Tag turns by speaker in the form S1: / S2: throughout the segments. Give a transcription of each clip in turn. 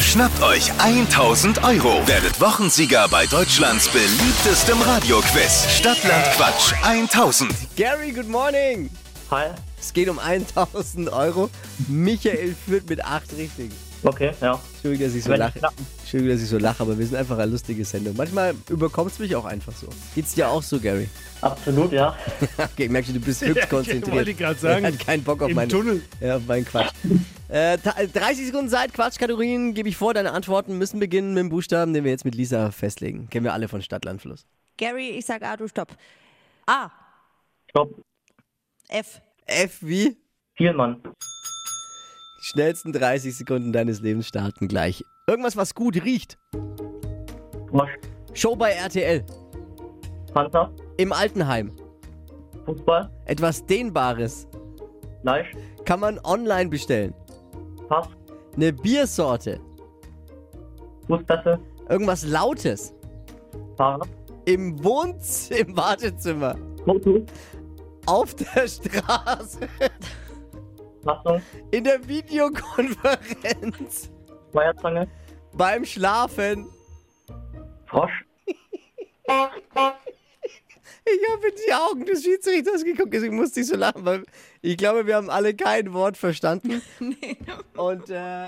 S1: Schnappt euch 1000 Euro. Werdet Wochensieger bei Deutschlands beliebtestem Radioquiz. Stadtland Quatsch 1000.
S2: Gary, good morning.
S3: Hi.
S2: Es geht um 1000 Euro. Michael führt mit 8 richtig.
S3: Okay, ja.
S2: Entschuldigung, dass ich so
S3: Wenn
S2: lache.
S3: ich knapp-
S2: Entschuldigung, dass ich so lache, aber wir sind einfach eine lustige Sendung. Manchmal überkommt es mich auch einfach so. Geht's dir auch so, Gary?
S3: Absolut, ja.
S2: Okay, merkst du, du bist höchst
S4: Ja, ich
S2: konzentriert.
S4: wollte ich grad sagen.
S2: Er hat keinen Bock auf
S4: Im
S2: meine,
S4: Tunnel.
S2: Ja, auf meinen Quatsch. äh, ta- 30 Sekunden Zeit, Quatschkategorien gebe ich vor. Deine Antworten müssen beginnen mit dem Buchstaben, den wir jetzt mit Lisa festlegen. Kennen wir alle von Stadt, Land, Fluss.
S5: Gary, ich sag A, du stopp. A,
S3: Stopp.
S5: F.
S2: F wie?
S3: Vielmann.
S2: Die schnellsten 30 Sekunden deines Lebens starten gleich. Irgendwas, was gut riecht.
S3: Wasch.
S2: Show bei RTL.
S3: Panzer.
S2: Im Altenheim.
S3: Fußball.
S2: Etwas Dehnbares.
S3: Fleisch.
S2: Kann man online bestellen.
S3: Pass.
S2: Eine Biersorte.
S3: Fußpässe.
S2: Irgendwas Lautes.
S3: Fahrrad.
S2: Im Wohnzimmer, im Wartezimmer.
S3: Motor.
S2: Auf der Straße.
S3: Lastung.
S2: In der Videokonferenz.
S3: Zweierzange.
S2: Beim Schlafen.
S3: Frosch.
S2: Ich habe in die Augen des Schiedsrichters geguckt, deswegen musste ich so lachen, weil ich glaube, wir haben alle kein Wort verstanden. Und äh,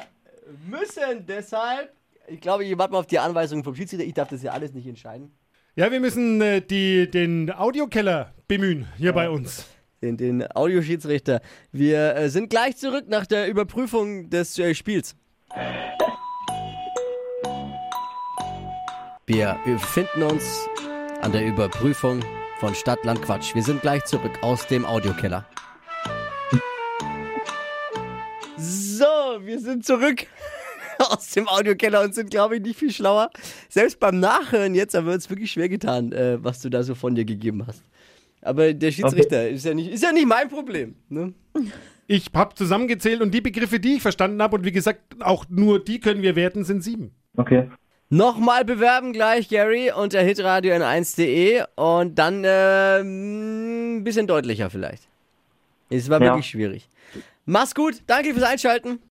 S2: müssen deshalb. Ich glaube, ich warte mal auf die Anweisungen vom Schiedsrichter. Ich darf das ja alles nicht entscheiden.
S4: Ja, wir müssen äh, die, den Audiokeller bemühen hier bei uns.
S2: Den, den Audioschiedsrichter. Wir äh, sind gleich zurück nach der Überprüfung des äh, Spiels. Wir befinden uns an der Überprüfung von Stadtland Quatsch. Wir sind gleich zurück aus dem Audiokeller. So, wir sind zurück aus dem Audiokeller und sind, glaube ich, nicht viel schlauer. Selbst beim Nachhören jetzt haben wir uns wirklich schwer getan, äh, was du da so von dir gegeben hast. Aber der Schiedsrichter ist, ja nicht, ist ja nicht mein Problem. Ne?
S4: Ich habe zusammengezählt und die Begriffe, die ich verstanden habe, und wie gesagt, auch nur die können wir werten, sind sieben.
S3: Okay.
S2: Nochmal bewerben gleich, Gary, unter hitradio n1.de und dann ähm, ein bisschen deutlicher vielleicht. Es war
S3: Ja.
S2: wirklich schwierig. Mach's gut, danke fürs Einschalten.